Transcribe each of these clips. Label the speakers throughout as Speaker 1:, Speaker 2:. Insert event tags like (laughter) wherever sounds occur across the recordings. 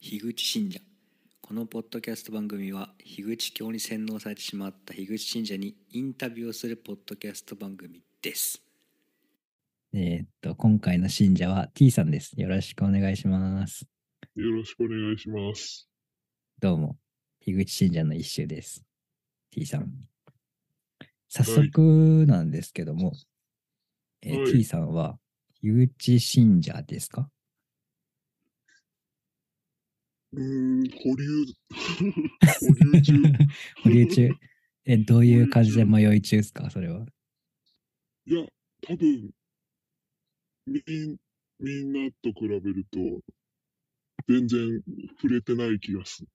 Speaker 1: 樋口信者このポッドキャスト番組は樋口教に洗脳されてしまった樋口信者にインタビューをするポッドキャスト番組です
Speaker 2: えーっと、今回の信者は T さんです。よろしくお願いします。
Speaker 3: よろしくお願いします。
Speaker 2: どうも、樋口信者の一周です。T さん。早
Speaker 3: はい
Speaker 2: 速なんですけども、えー
Speaker 3: はい
Speaker 2: T さんは樋口信者ですか
Speaker 3: うーん、保留、保
Speaker 2: (laughs)
Speaker 3: (laughs) 留中。
Speaker 2: 保留中。え、どういう感じで迷い中ですかそれは。
Speaker 3: いや、多分、みん、みんなと比べると、全然触れてない気がする。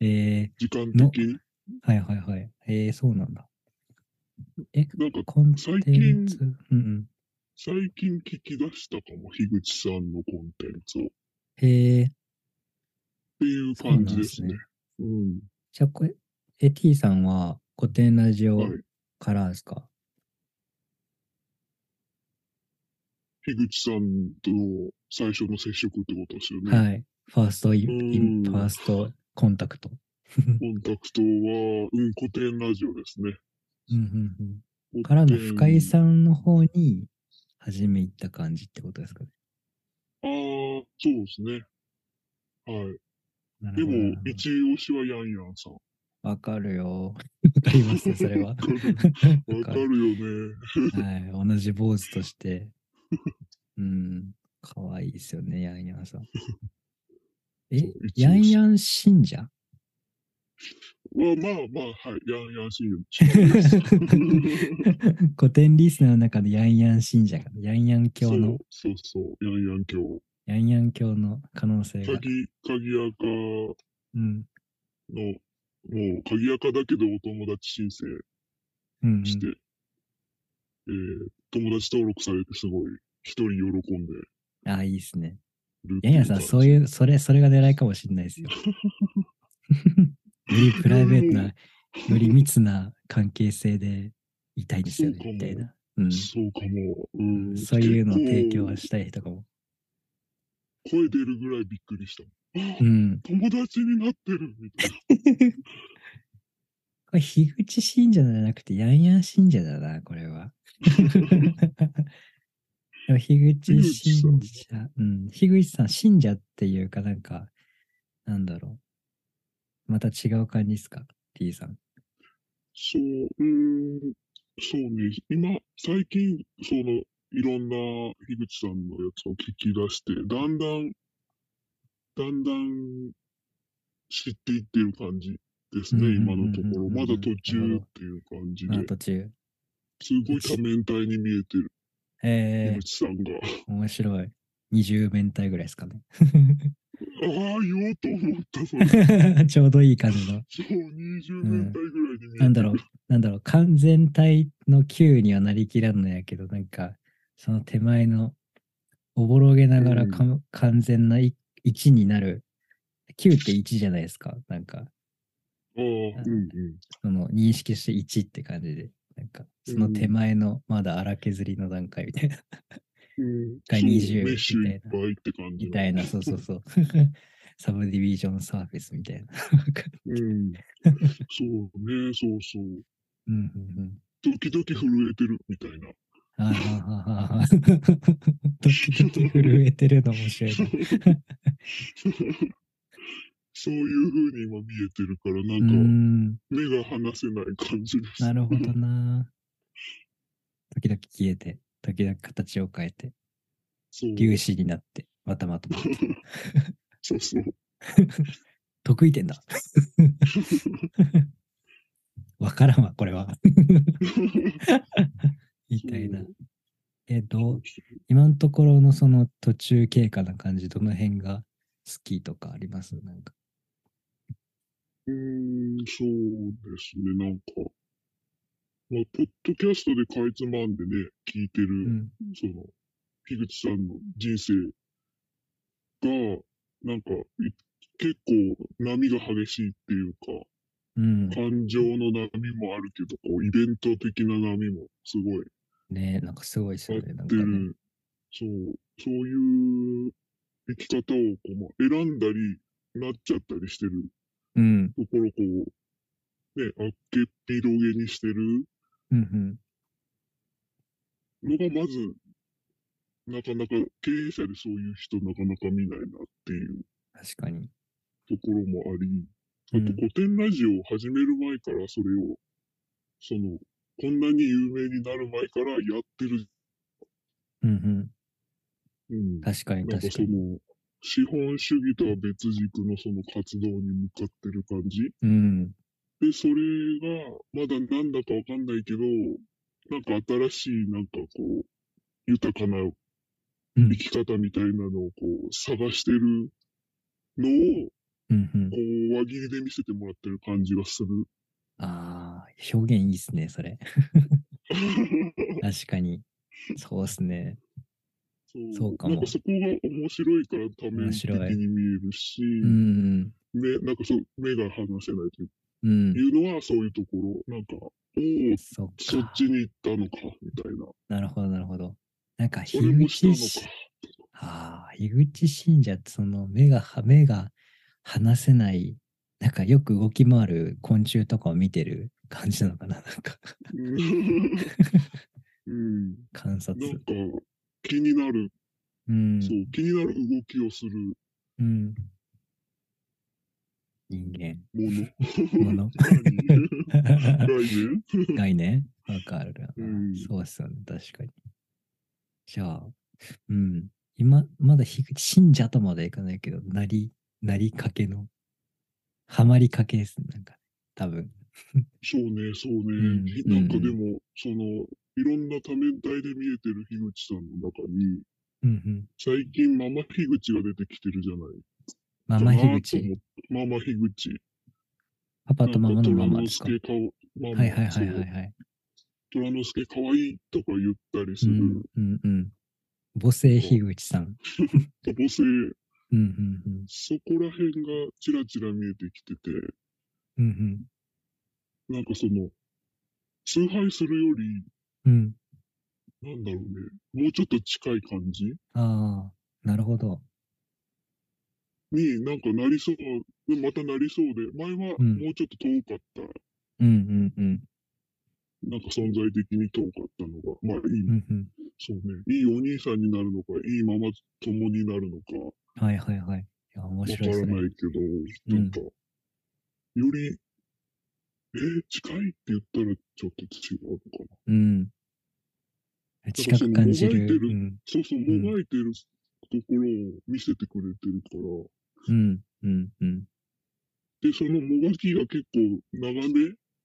Speaker 2: え
Speaker 3: 時間的に。
Speaker 2: ー、はいはいはい。えー、そうなんだ。え、
Speaker 3: なんか、
Speaker 2: コンテ
Speaker 3: 最
Speaker 2: ン
Speaker 3: 近
Speaker 2: ツ、うんうん。
Speaker 3: 最近聞き出したかも、樋口さんのコンテンツを。っ
Speaker 2: えー、
Speaker 3: ていう
Speaker 2: そうな
Speaker 3: 感
Speaker 2: ん
Speaker 3: じ
Speaker 2: で
Speaker 3: です
Speaker 2: すね
Speaker 3: ね。。うん。
Speaker 2: じゃあこれ、え、T さんは古典ラジオ
Speaker 3: はい
Speaker 2: からですか、
Speaker 3: 樋口さんとの最初の接触ってことですよね。
Speaker 2: はい。ファーストイン、イン
Speaker 3: うん
Speaker 2: ファーストコンタクト。
Speaker 3: コンタクトは、うん、古典ラジオですね。
Speaker 2: うんうんうん。からの深井さんの方に、初め行った感じってことですかね。
Speaker 3: ああ、そうですね。はい。
Speaker 2: な
Speaker 3: で
Speaker 2: るほどなる
Speaker 3: も
Speaker 2: ほ、ど
Speaker 3: 一押しはヤンヤンさん。
Speaker 2: わかるよ。わかりますよ、それは。
Speaker 3: (laughs) わかるわ
Speaker 2: わ
Speaker 3: か
Speaker 2: か
Speaker 3: る
Speaker 2: る
Speaker 3: よね。
Speaker 2: はい。同じ坊主として。 (laughs) うん。かわいいですよね、ヤンヤ
Speaker 3: (laughs)
Speaker 2: ンさん。え、ヤンヤン信者 (laughs)
Speaker 3: まあまあまあ、はい。ヤンヤン信者です。
Speaker 2: (laughs) 古典リスナーの中でヤンヤン信者が、ヤンヤン教
Speaker 3: そう
Speaker 2: の、
Speaker 3: そうそう、ヤンヤン教。
Speaker 2: ヤンヤン教の可能性が。
Speaker 3: 鍵、鍵垢の、
Speaker 2: うん。
Speaker 3: もう、鍵垢だけどお友達申請
Speaker 2: うん、うん。
Speaker 3: して、えー、友達登録されてすごい、一人喜んで
Speaker 2: ああ、いいですね。
Speaker 3: るって
Speaker 2: ヤンヤンさん、そういう、それ、それが狙いかもしれない
Speaker 3: (laughs)
Speaker 2: ですよ。よりプライベートな、より密な関係性でいたいですよね、
Speaker 3: そうかも
Speaker 2: みたいな。うん。
Speaker 3: そうかも。うん。
Speaker 2: そういうのを提供は
Speaker 3: 結
Speaker 2: したい人かも。
Speaker 3: 構声出るぐらいびっくりした。
Speaker 2: うん。
Speaker 3: 友達になってるみたいな。
Speaker 2: これ、樋口信者じゃなくて、ヤンヤン信者だな、これは。でも樋口信
Speaker 3: 樋
Speaker 2: 者、うん。樋口さん、信者っていうかなんか、なんだろう。また違う感じですか ?T さん。
Speaker 3: そう、うーん、そうね。今、最近、その、いろんな樋口さんのやつを聞き出して、だんだん、だんだん知っていってる感じですね、
Speaker 2: うんうん
Speaker 3: 今のところ。
Speaker 2: うんうんうんうん
Speaker 3: まだ途中
Speaker 2: なるほど
Speaker 3: っていう感じ
Speaker 2: まあ、
Speaker 3: で、
Speaker 2: 途中。
Speaker 3: すごい多面体に見えてる、
Speaker 2: えー
Speaker 3: 樋、口さんが。
Speaker 2: 面白い。20面体ぐらいですかね。 (laughs)
Speaker 3: ああ、言おうと思った、それ。
Speaker 2: ちょうどいい感じの。
Speaker 3: そう、20面体ぐらいに見えてる。
Speaker 2: なんだろう、なんだろう、完全体の9にはなりきらんのやけど、なんか、その手前の、おぼろげながらか完全な1になる、9って1じゃないですか。なんか、
Speaker 3: ああ、うんうん。
Speaker 2: その認識として1って感じで、なんか、その手前の、まだ荒削りの段階みたいな、
Speaker 3: うん、
Speaker 2: 回
Speaker 3: そう
Speaker 2: 20
Speaker 3: メッシュ
Speaker 2: みた
Speaker 3: い
Speaker 2: い
Speaker 3: っ
Speaker 2: な
Speaker 3: ぱいって感じ
Speaker 2: みたいな、そうそうそう。 (laughs) サブディビジョンサーフェスみたいな。
Speaker 3: うん。
Speaker 2: (laughs)
Speaker 3: そうね、そうそう。
Speaker 2: うんうんうん
Speaker 3: 時々震えてるみたいな。
Speaker 2: ああ、ああ、あ (laughs) あ。時々震えてるの面白 (laughs) いな。
Speaker 3: そういう風に今見えてるから、な
Speaker 2: うん
Speaker 3: か
Speaker 2: ん、
Speaker 3: 目が離せない感じです。
Speaker 2: なるほどな。時々消えて、時々形を変えて、
Speaker 3: そう。
Speaker 2: 粒子になって、またまとまって。
Speaker 3: そ
Speaker 2: (laughs)
Speaker 3: うそう。
Speaker 2: 得意点だ。わからんわ、これは。みたいな
Speaker 3: そう。
Speaker 2: え、どう、今のところのその途中経過な感じ、どの辺が好きとかありますなんか。
Speaker 3: うーん、そうですね、なんか。まあ、ポッドキャストでかいつまんでね、聞いてる、
Speaker 2: うん。
Speaker 3: その、樋口さんの人生が、なんか、い結構波が激しいっていうか、
Speaker 2: うん。
Speaker 3: 感情の波もあるけど、こうイベント的な波もすごい
Speaker 2: ねなんかすごいです
Speaker 3: あ
Speaker 2: よ
Speaker 3: っ
Speaker 2: ね。なん
Speaker 3: て
Speaker 2: か
Speaker 3: る、
Speaker 2: ね。
Speaker 3: そう、そういう生き方をこう、まあ、選んだり、なっちゃったりしてる
Speaker 2: うん。
Speaker 3: ところをこう、ね、あっけっぴろげにしてる
Speaker 2: うんうん。
Speaker 3: のがまず、なかなか経営者でそういう人なかなか見ないなっていう
Speaker 2: 確かに。
Speaker 3: ところもあり、あ
Speaker 2: う
Speaker 3: と
Speaker 2: ん
Speaker 3: 古典ラジオを始める前からそれを、その、こんなに有名になる前からやってる。
Speaker 2: うんうん。
Speaker 3: うん。
Speaker 2: 確かに
Speaker 3: なんか
Speaker 2: 確
Speaker 3: そ
Speaker 2: かに。
Speaker 3: の、資本主義とは別軸のその活動に向かってる感じ。
Speaker 2: うん。
Speaker 3: で、それが、まだなんだかわかんないけど、なんか新しい、なんかこう、豊かな
Speaker 2: うん
Speaker 3: 生き方みたいなのをこう、探してるのを、
Speaker 2: うんうん
Speaker 3: こ。う、輪切りで見せてもらってる感じが
Speaker 2: (laughs)
Speaker 3: する。
Speaker 2: ああ、表現いいっすね、それ。確かに。そうっすね。
Speaker 3: そう
Speaker 2: そうかも
Speaker 3: なんかそこが面白いから多面
Speaker 2: 面
Speaker 3: 的
Speaker 2: 白い
Speaker 3: に見えるし、
Speaker 2: うん
Speaker 3: ね、なんかそう、目が離せないという
Speaker 2: うん。うん。
Speaker 3: いうのはそういうところ、なんか、おお、
Speaker 2: そっか。
Speaker 3: そっちに行ったのか、みたいな。
Speaker 2: なるほど、なるほど。なんか、
Speaker 3: それも
Speaker 2: 樋
Speaker 3: した
Speaker 2: 口
Speaker 3: の
Speaker 2: し
Speaker 3: か。
Speaker 2: ああ、樋口信者ってその目がは、目が離せない、なんかよく動き回る昆虫とかを見てる感じなのかな、なんか (laughs)
Speaker 3: うん、
Speaker 2: 観察。
Speaker 3: なんか気になる、
Speaker 2: うん。
Speaker 3: そう、気になる動きをする
Speaker 2: うん。人
Speaker 3: もの。。
Speaker 2: 間、もの
Speaker 3: (laughs) 何概念
Speaker 2: 概念わかるな、
Speaker 3: うん
Speaker 2: そうっすよね、確かに。じゃあ、うん。今、まだ樋口信者とまではいかないけど、なり、なりかけの、はまりかけですね、なんか、多分。
Speaker 3: そうね、そうね。
Speaker 2: ん
Speaker 3: なんか
Speaker 2: うん
Speaker 3: でも、その、いろんな多面体で見えてる樋口さんの中に、
Speaker 2: うんうん。
Speaker 3: 最近ママ樋口が出てきてるじゃない。
Speaker 2: ママ樋
Speaker 3: かなと
Speaker 2: 口
Speaker 3: 思っ。ママ樋口。
Speaker 2: パパとママのマ
Speaker 3: なん
Speaker 2: マ
Speaker 3: か
Speaker 2: ですか。
Speaker 3: 虎之助かおママ
Speaker 2: はいはいはい
Speaker 3: そ
Speaker 2: は
Speaker 3: う
Speaker 2: いはい。
Speaker 3: 虎之助かわいいとか言ったりす
Speaker 2: う
Speaker 3: る。
Speaker 2: んうんうん。母性樋口さん。
Speaker 3: 母性、
Speaker 2: うんうんうん。
Speaker 3: そこら辺がちらちら見えてきてて、
Speaker 2: うん
Speaker 3: なんかその、崇拝するより、
Speaker 2: うん。うん。
Speaker 3: なんだろうね、もうちょっと近い感じ
Speaker 2: ああ、なるほど。
Speaker 3: になんかなりそう、でまたなりそうで、前は
Speaker 2: うん
Speaker 3: もうちょっと遠かった、
Speaker 2: うんうんうん。
Speaker 3: なんか存在的に遠かったのが、まあいい、
Speaker 2: うんうん。
Speaker 3: そうね、いいお兄さんになるのか、いいママ友になるのか、わ
Speaker 2: はいはいはい。いや、面
Speaker 3: か
Speaker 2: 白いです
Speaker 3: ら
Speaker 2: ね。
Speaker 3: ないけど、
Speaker 2: うん
Speaker 3: なんか、より、えー近いって言ったらちょっと違うのかな。
Speaker 2: うん。近く感じる。
Speaker 3: その
Speaker 2: う
Speaker 3: も
Speaker 2: ん。
Speaker 3: そうそう、
Speaker 2: ん
Speaker 3: もがいてるところを見せてくれてるから、
Speaker 2: うん。うん。うん。
Speaker 3: で、そのもがきが結構長め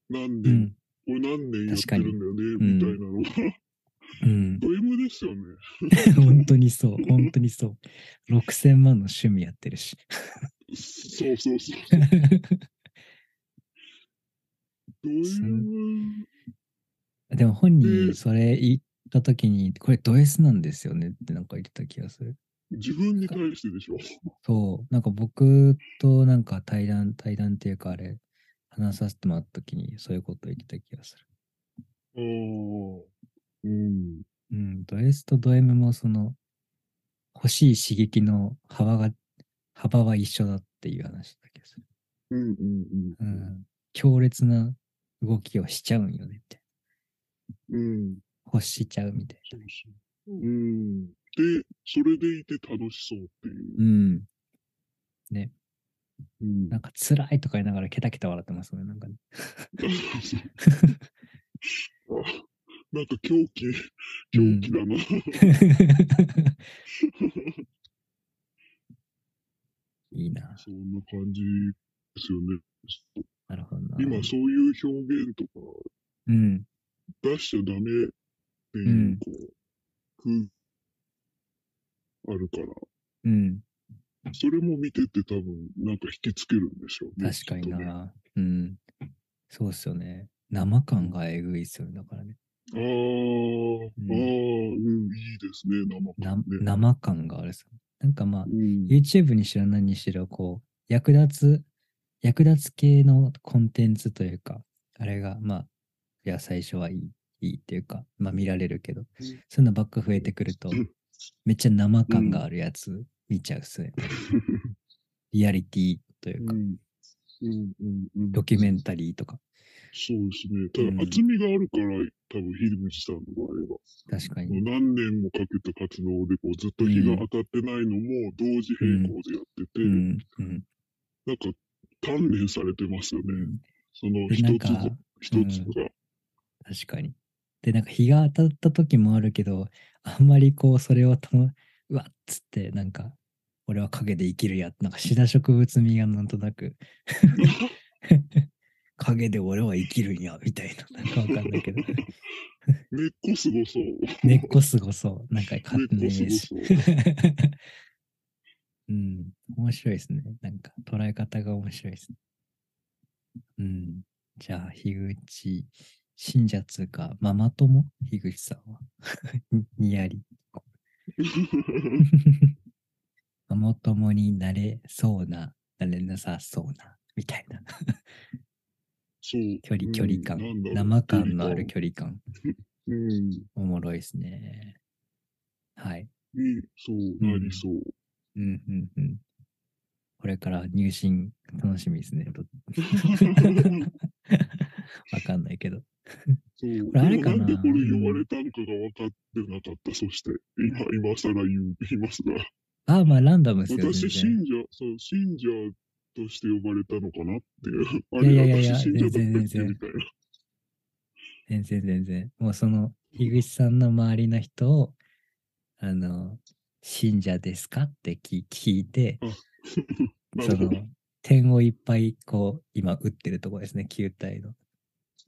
Speaker 3: なん
Speaker 2: う
Speaker 3: で、
Speaker 2: ん。
Speaker 3: これ何年やって
Speaker 2: 確か
Speaker 3: る
Speaker 2: に
Speaker 3: んだよね、
Speaker 2: うん
Speaker 3: みたいなのが、
Speaker 2: うん。
Speaker 3: ド M ですよね。
Speaker 2: (laughs) 本当にそう。本当にそう。6000万の趣味やってるし。 (laughs)
Speaker 3: そうそうそう。ド M、
Speaker 2: でも本
Speaker 3: う
Speaker 2: 人
Speaker 3: ん
Speaker 2: それ言った時に、これド S なんですよねってなんか言ってた気がする。
Speaker 3: 自分に対してでしょ。
Speaker 2: そう、なんか僕となんか対談、対談っていうかあれ、話させてもらった時にそういうこと言ってた気がする。
Speaker 3: あーうん。
Speaker 2: うん、ド S とド M もその、欲しい刺激の幅が、幅は一緒だっていう話だけど、
Speaker 3: うんうんう。
Speaker 2: うんん、強烈な動きをしちゃうんよねって。
Speaker 3: うん。
Speaker 2: 欲しちゃうみたい
Speaker 3: そうそう。うん。で、それでいて楽しそうってい
Speaker 2: な。
Speaker 3: う。
Speaker 2: うん。
Speaker 3: うん (laughs)
Speaker 2: なんか辛いとか言いながらケタケタ笑ってますもんね、なんかね。
Speaker 3: あなんか狂気、狂気だな。 (laughs)
Speaker 2: (laughs) いいな。
Speaker 3: そんな感じですよね。
Speaker 2: なるほどな。
Speaker 3: 今そういう表現とか
Speaker 2: うん。
Speaker 3: 出しちゃダメっていう、こう、空あるから、
Speaker 2: うん。
Speaker 3: それも見てて多分なんか引きつけるんでしょうね。
Speaker 2: 確かに
Speaker 3: きっとね
Speaker 2: な。うん。そうっすよね。生感がえぐいっすよね。だからね。
Speaker 3: ああ、ああ、うん、いいですね、生
Speaker 2: な
Speaker 3: 感ね。
Speaker 2: 生感があるっすよね。なんかまあ
Speaker 3: う、ん、
Speaker 2: YouTube にしろ何にしろ、こう、役立つ、役立つ系のコンテンツというか、あれが、まあ、いや、最初はいい、いいっていうか、まあ見られるけど、そういうのばっか増えてくると
Speaker 3: うん、
Speaker 2: めっちゃ生感があるやつ見ちゃうっすね。リアリティという
Speaker 3: う
Speaker 2: か、
Speaker 3: ん。うんうんうん。
Speaker 2: ドキュメンタリーとか、
Speaker 3: そうですね。た
Speaker 2: うん
Speaker 3: だ厚みがあるから、多分、樋口さんの場合は。
Speaker 2: 確かに。
Speaker 3: 何年もかけた活動で、こう、ずっと日が当たってないのも同時並行でやってて、
Speaker 2: うん、うん。
Speaker 3: なんか、鍛錬されてますよね。その
Speaker 2: で、
Speaker 3: 一
Speaker 2: なん
Speaker 3: つ
Speaker 2: か、
Speaker 3: が、一つが。
Speaker 2: 確かに。で、なんか日が当たった時もあるけど、あんまりこう、それをとも、うわっつって、なんか、俺は影で生きるや、なんかシダ植物味がなんとなく、 (laughs) 影で俺は生きるんや、みたいな、なんかわかんないけど、
Speaker 3: 根っこすごそう。
Speaker 2: 根っこすごそう、なんか勝手なイメージ
Speaker 3: 根っこす。
Speaker 2: (laughs) うん、面白いですね。なんか捉え方が面白いですね。うん。じゃあ、樋口信者つうか、ママ友樋口さんは。 (laughs) にやり。ママ友になれそうな、なれなさそうな、みたいな。
Speaker 3: (laughs) そう。
Speaker 2: 距離、距離感
Speaker 3: う。ん
Speaker 2: 生感のある。距離感。
Speaker 3: なんだろう距離感うん。
Speaker 2: おもろいですね。はい。
Speaker 3: に、そう、なり
Speaker 2: (laughs)
Speaker 3: そう。
Speaker 2: うんうんうん。これから入信楽しみですね。とわかんないけど。
Speaker 3: そう。
Speaker 2: これあれかな
Speaker 3: でもなんでこれ言われたのかが分かってなかった。そして、今、今更言う、言いますが。
Speaker 2: ああ、まあランダムですよ
Speaker 3: 私、
Speaker 2: 全
Speaker 3: 信者、そう、信者として呼ばれたのかなっていう。あ
Speaker 2: いやい
Speaker 3: れ、
Speaker 2: やいや
Speaker 3: 私、信者だったっ
Speaker 2: 全然全
Speaker 3: け
Speaker 2: 然
Speaker 3: みたいな。
Speaker 2: 然。全然全然。もうその、樋口さんの周りの人を、あの、信者ですかって聞聞いて、
Speaker 3: な (laughs)
Speaker 2: そ
Speaker 3: るほ
Speaker 2: の
Speaker 3: ど。、
Speaker 2: 点をいっぱい、こう、今打ってるとこですね、球体の。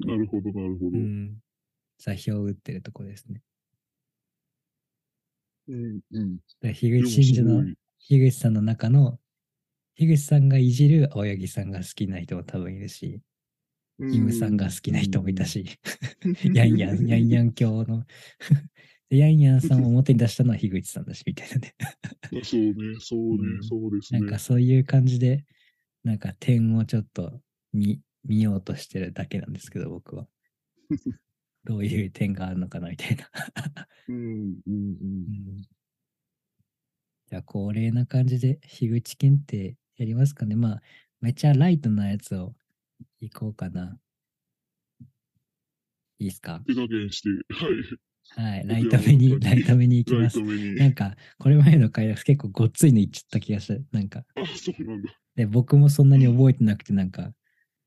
Speaker 3: なるほど、なるほ
Speaker 2: う
Speaker 3: ど。
Speaker 2: ん。座標を打ってるとこですね。
Speaker 3: うん、うん。
Speaker 2: だから
Speaker 3: で
Speaker 2: 樋
Speaker 3: も
Speaker 2: 口信者
Speaker 3: すご
Speaker 2: の
Speaker 3: い。
Speaker 2: 樋口さんの中の、樋口さんがいじる青柳さんが好きな人も多分いるし、
Speaker 3: う
Speaker 2: イムさんが好きな人もいたし、 (laughs) ヤンヤン、ヤンヤン教の。 (laughs) でヤンヤンさんを表に出したのは樋口さんだし、みたいなね。
Speaker 3: (laughs) あそうね、そうね、
Speaker 2: うん
Speaker 3: そうです
Speaker 2: な
Speaker 3: ね。
Speaker 2: んかそういう感じで、なんか点をちょっと見、見ようとしてるだけなんですけど、僕 (laughs) は。どういう点があるのかな、みたいな。 (laughs)
Speaker 3: うん、うん、うん
Speaker 2: う。んじゃあ、恒例な感じで、樋口検定やりますかね。まあ、めっちゃライトなやつを行こうかな。いいですか
Speaker 3: 手加減して、はい。
Speaker 2: はい。
Speaker 3: 僕
Speaker 2: ラ
Speaker 3: ら
Speaker 2: イト目に、
Speaker 3: は本当
Speaker 2: ラ
Speaker 3: に
Speaker 2: イト目に行き
Speaker 3: ラ
Speaker 2: ま
Speaker 3: イ
Speaker 2: す
Speaker 3: ト。目 (laughs) に。
Speaker 2: なんか、これ前の回だと結構ごっついの行っちゃった気がして、なんか、
Speaker 3: あ、そ
Speaker 2: (laughs)
Speaker 3: うなんだ。
Speaker 2: で、僕もそんなに覚えてなくて、なんか、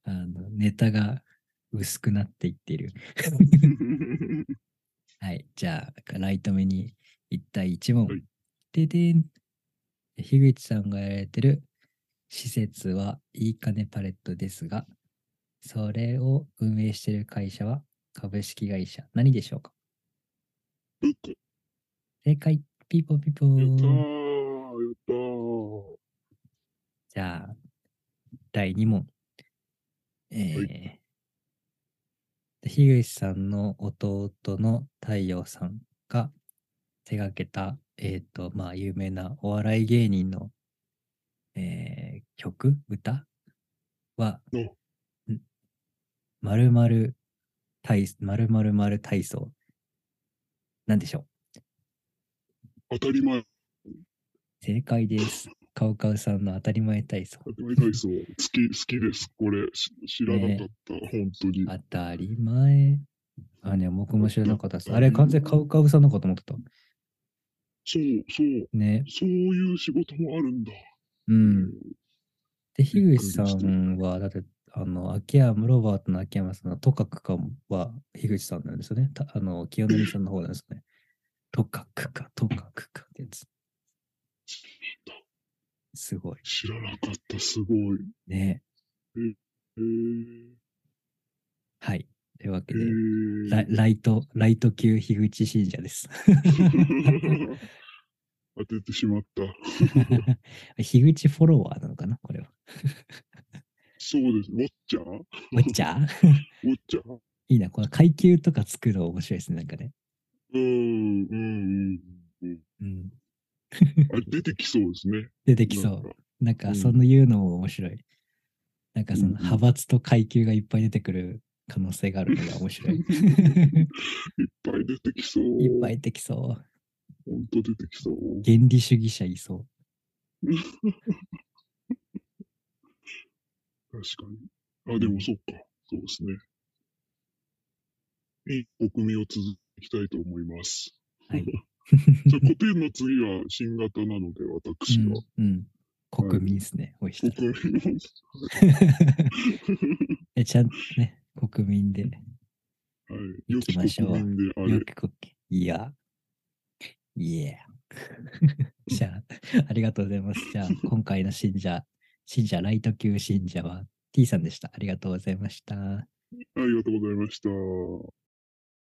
Speaker 2: あの、ネタが薄くなっていってる。はい。じゃあ、ライト目に1対1問。
Speaker 3: はい
Speaker 2: ででん。樋口さんがやられてる施設はいいかねパレットですが、それを運営している会社は株式会社何でしょうか
Speaker 3: ブック。
Speaker 2: 正解、ピーポーピーポ
Speaker 3: やったー、
Speaker 2: ー。
Speaker 3: やったー。
Speaker 2: じゃあ、第2問。えー
Speaker 3: はい
Speaker 2: で樋口さんの弟の太陽さんが手がけた、えっ、と、まあ、有名なお笑い芸人の、えー曲、歌は
Speaker 3: お、
Speaker 2: んまるまる体、まるまるまる体操。なんでしょう
Speaker 3: 当たり前、
Speaker 2: 正解です。カウカウさんの当たり前体操。
Speaker 3: 当たり前体操。好き、好きです。これ、し知らなかった。本当に。
Speaker 2: 当たり前。あ、ね、僕も知らなかったです。
Speaker 3: うん
Speaker 2: あれ、完全にカウカウさんのかと思ってた。
Speaker 3: そう、そう。
Speaker 2: ね。
Speaker 3: そういう仕事もあるんだ。
Speaker 2: うん。で、樋
Speaker 3: びっくり
Speaker 2: 口
Speaker 3: した
Speaker 2: さんは、だって、あの、秋山、ロバートの秋山さんのトカクかは、樋口さんなんですよね。たあの、清則さんの方なんです
Speaker 3: (laughs)
Speaker 2: よね。トカクか、トカクかってやつ。すごい。
Speaker 3: 知らなかった。すごい。
Speaker 2: ね。
Speaker 3: へー。
Speaker 2: はい。というわけ
Speaker 3: へ
Speaker 2: で、
Speaker 3: ー
Speaker 2: ラライト、ライト級樋口信者です。
Speaker 3: (laughs) 当ててしまった。
Speaker 2: 樋口フォロワーなのかなこれは。
Speaker 3: そうです。ウォッチャーウ
Speaker 2: おっちゃん
Speaker 3: ォッチャー
Speaker 2: いいな、この階級とか作るの面白いですね、なんかね。
Speaker 3: うーん、うん、うん
Speaker 2: (laughs)
Speaker 3: うん。
Speaker 2: うん、
Speaker 3: あ出てきそうですね。
Speaker 2: 出てきそ
Speaker 3: なん
Speaker 2: う
Speaker 3: か。。
Speaker 2: なん
Speaker 3: う
Speaker 2: か、
Speaker 3: ん
Speaker 2: そのいうのも面白い。なんか、その
Speaker 3: うんうん
Speaker 2: 派閥と階級がいっぱい出てくる可能性があるのが面白い。
Speaker 3: (laughs) いっぱい出てきそう。
Speaker 2: いっぱい。出てきそう。
Speaker 3: ほんと出てきそう。
Speaker 2: 原理主義者いそ
Speaker 3: 確かに。あ、でもそっか。そうですね。いい国民を続けていきたいと思います。
Speaker 2: はい
Speaker 3: (laughs) じゃあ古典の次は新型なので、私は。
Speaker 2: うん、うん。国民ですね、おいしたら
Speaker 3: 国民を
Speaker 2: えちゃんとね、国民で、
Speaker 3: はい。良
Speaker 2: (laughs) 行
Speaker 3: き
Speaker 2: きましょう
Speaker 3: 国民であれ
Speaker 2: よ。くこいや、い
Speaker 3: (laughs)
Speaker 2: や。じゃあ、ありがとうございます。じゃあ、今回の信者、信者、ライト級信者は T さんでした。ありがとうございました。
Speaker 3: ありがとうございました。